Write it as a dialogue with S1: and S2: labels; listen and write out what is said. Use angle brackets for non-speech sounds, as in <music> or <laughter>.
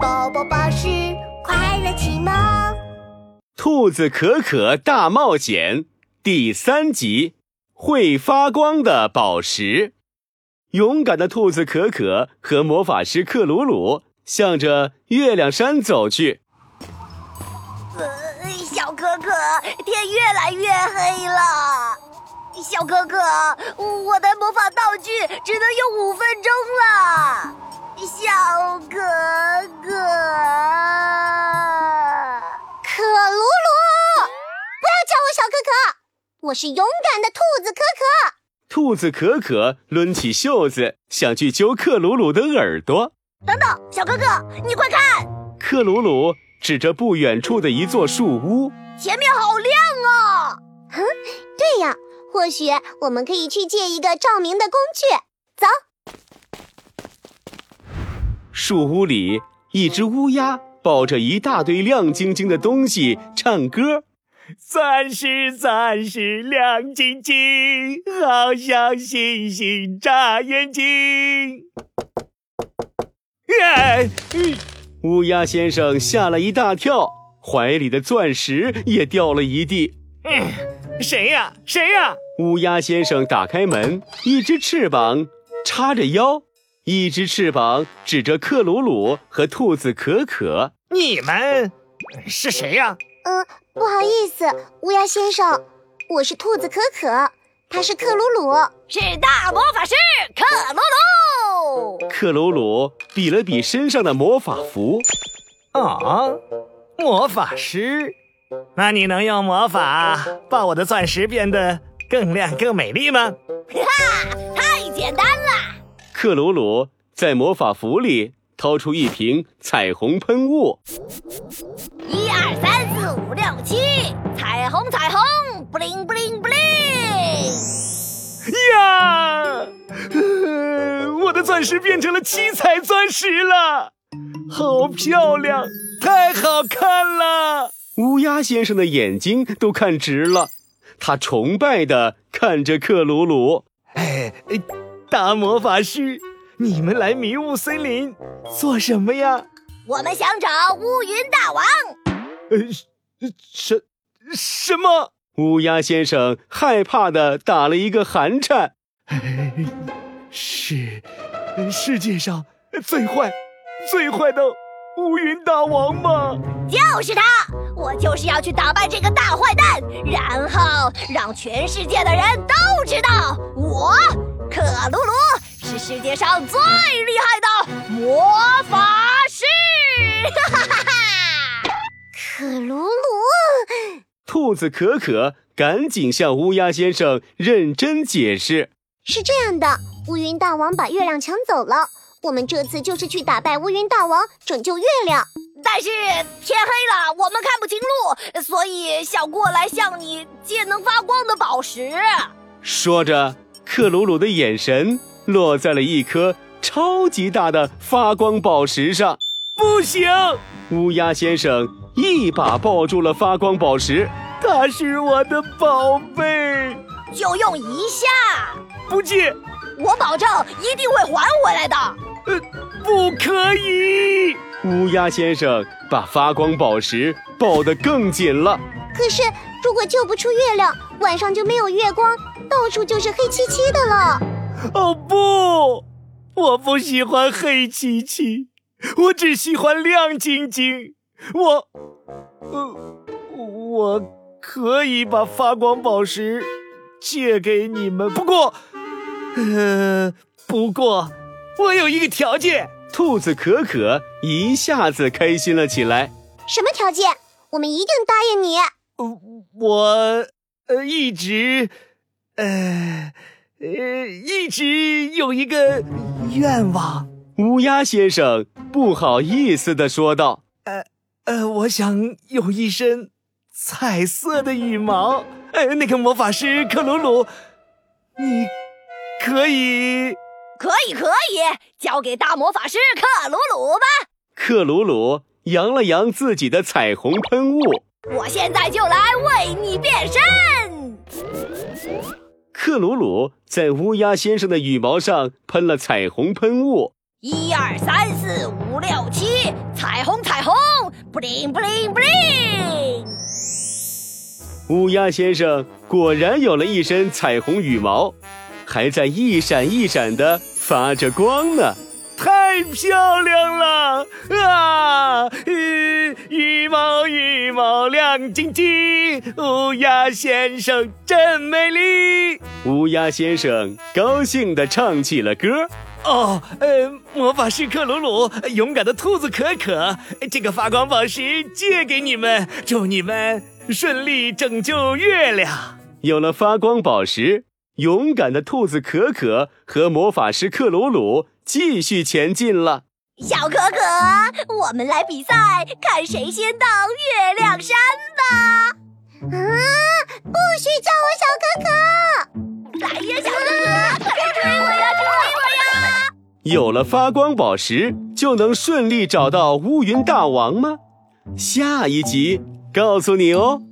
S1: 宝宝巴士快乐启蒙。
S2: 兔子可可大冒险第三集：会发光的宝石。勇敢的兔子可可和魔法师克鲁鲁向着月亮山走去。
S1: 呃，小可可，天越来越黑了。小可可，我的魔法道具只能用五分钟了。小可可，
S3: 可鲁鲁，不要叫我小可可，我是勇敢的兔子可可。
S2: 兔子可可抡起袖子，想去揪克鲁鲁的耳朵。
S1: 等等，小可可，你快看，
S2: 克鲁鲁指着不远处的一座树屋。
S1: 前面好亮啊！
S3: 对呀，或许我们可以去借一个照明的工具。走，
S2: 树屋里，一只乌鸦抱着一大堆亮晶晶的东西唱歌。
S4: 钻石，钻石亮晶晶，好像星星眨眼睛。耶！
S2: 乌鸦先生吓了一大跳，怀里的钻石也掉了一地。
S4: 谁呀、谁呀、
S2: 乌鸦先生打开门，一只翅膀叉着腰，一只翅膀指着克鲁鲁和兔子可可。
S4: 你们是谁呀、
S3: 嗯，不好意思，乌鸦先生，我是兔子可可，他是克鲁鲁。
S1: 是大魔法师克鲁鲁。
S2: 克鲁鲁比了比身上的魔法服，
S4: 啊？魔法师？那你能用魔法把我的钻石变得更亮、更美丽吗？
S1: 太简单了，
S2: 克鲁鲁在魔法服里掏出一瓶彩虹喷雾。
S1: 一二三四五六七，彩虹彩虹，bling bling bling。
S4: 呀！ <laughs> 呃我的钻石变成了七彩钻石了，好漂亮，太好看了！
S2: 乌鸦先生的眼睛都看直了，他崇拜地看着克鲁鲁。
S4: 哎，哎大魔法师，你们来迷雾森林做什么呀？
S1: 我们想找乌云大王，
S4: 呃，什什么？
S2: 乌鸦先生害怕地打了一个寒颤。
S4: <laughs> 是世界上最坏、最坏的乌云大王吗？
S1: 就是他，我就是要去打败这个大坏蛋，然后让全世界的人都知道我克鲁鲁是世界上最厉害的魔法师！ <laughs> 哈哈哈哈！
S3: 可鲁鲁，
S2: 兔子可可赶紧向乌鸦先生认真解释。
S3: 是这样的，乌云大王把月亮抢走了，我们这次就是去打败乌云大王，拯救月亮。
S1: 但是天黑了，我们看不清路，所以想过来向你借能发光的宝石。
S2: 说着，克鲁鲁的眼神落在了一颗超级大的发光宝石上。
S4: 不行，
S2: 乌鸦先生一把抱住了发光宝石。
S4: 它是我的宝贝，
S1: 就用一下，
S4: 不借，
S1: 我保证一定会还回来的。
S4: 不可以！
S2: 乌鸦先生把发光宝石抱得更紧了。
S3: 可是如果救不出月亮，晚上就没有月光，到处就是黑漆漆的了。
S4: 哦不，我不喜欢黑漆漆，我只喜欢亮晶晶。我，呃，我可以把发光宝石借给你们，不过，呃，不过我有一个条件。
S2: 兔子可可一下子开心了起来。
S3: 什么条件？我们一定答应你。
S4: 呃，我呃一直，呃呃一直有一个愿望，
S2: 乌鸦先生不好意思地说道
S4: 呃，我想有一身彩色的羽毛。呃，那个魔法师克鲁鲁，你可以？
S1: 可以可以，交给大魔法师克鲁鲁吧。：“
S2: 克鲁鲁扬了扬自己的彩虹喷雾。
S1: 我现在就来为你变身。”
S2: 克鲁鲁在乌鸦先生的羽毛上喷了彩虹喷雾。
S1: 一二三四五六七，彩虹布灵布灵布灵！
S2: 乌鸦先生果然有了一身彩虹羽毛，还在一闪一闪的发着光呢。
S4: 太漂亮了啊！呃羽毛羽毛亮晶晶，乌鸦先生真美丽。
S2: 乌鸦先生高兴地唱起了歌。
S4: 哦，呃，魔法师克鲁鲁，勇敢的兔子可可，这个发光宝石借给你们，祝你们顺利拯救月亮。
S2: 有了发光宝石，勇敢的兔子可可和魔法师克鲁鲁继续前进了。
S1: 小可可，我们来比赛，看谁先到月亮山吧！
S3: 啊！不许叫我小可可！
S1: 来呀，小可可，快来追我呀，追我呀！
S2: 有了发光宝石，就能顺利找到乌云大王吗？下一集告诉你哦。